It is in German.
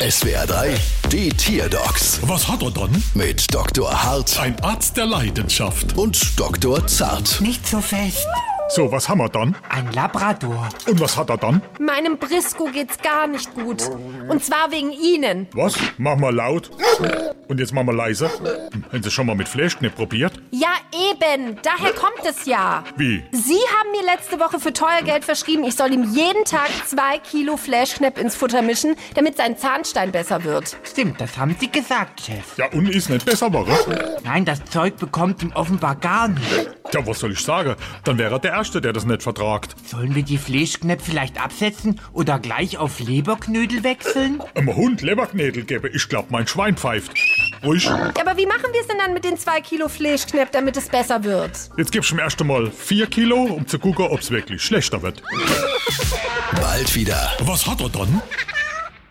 SWR 3, die Tierdocs Was hat er dann? mit Dr. Hart Ein Arzt der Leidenschaft. und Dr. Zart. Nicht so fest. So, was haben wir dann? Ein Labrador. Und was hat er dann? Meinem Brisco geht's gar nicht gut. Und zwar wegen Ihnen. Was? Mach mal laut. Und jetzt mach mal leiser. Hm, Haben Sie schon mal mit Fleischknepp probiert? Ja, eben. Daher kommt es ja. Wie? Sie haben mir letzte Woche für teuer Geld verschrieben, ich soll ihm jeden Tag zwei Kilo Flashknepp ins Futter mischen, damit sein Zahnstein besser wird. Stimmt, das haben Sie gesagt, Chef. Ja, und ist nicht besser, warum? Nein, das Zeug bekommt ihm offenbar gar nicht. Ja, was soll ich sagen? Dann wäre er der Erste, der das nicht vertragt. Sollen wir die Fleischknöpfe vielleicht absetzen oder gleich auf Leberknödel wechseln? Einem Hund Leberknädel gebe, ich glaub, mein Schwein pfeift. Ruhig. Ja, aber wie machen wir es denn dann mit den zwei Kilo Flashknepp, damit es besser wird? Jetzt gibst du ihm erst einmal 4 Kilo, um zu gucken, ob's wirklich schlechter wird. Bald wieder. Was hat er dann?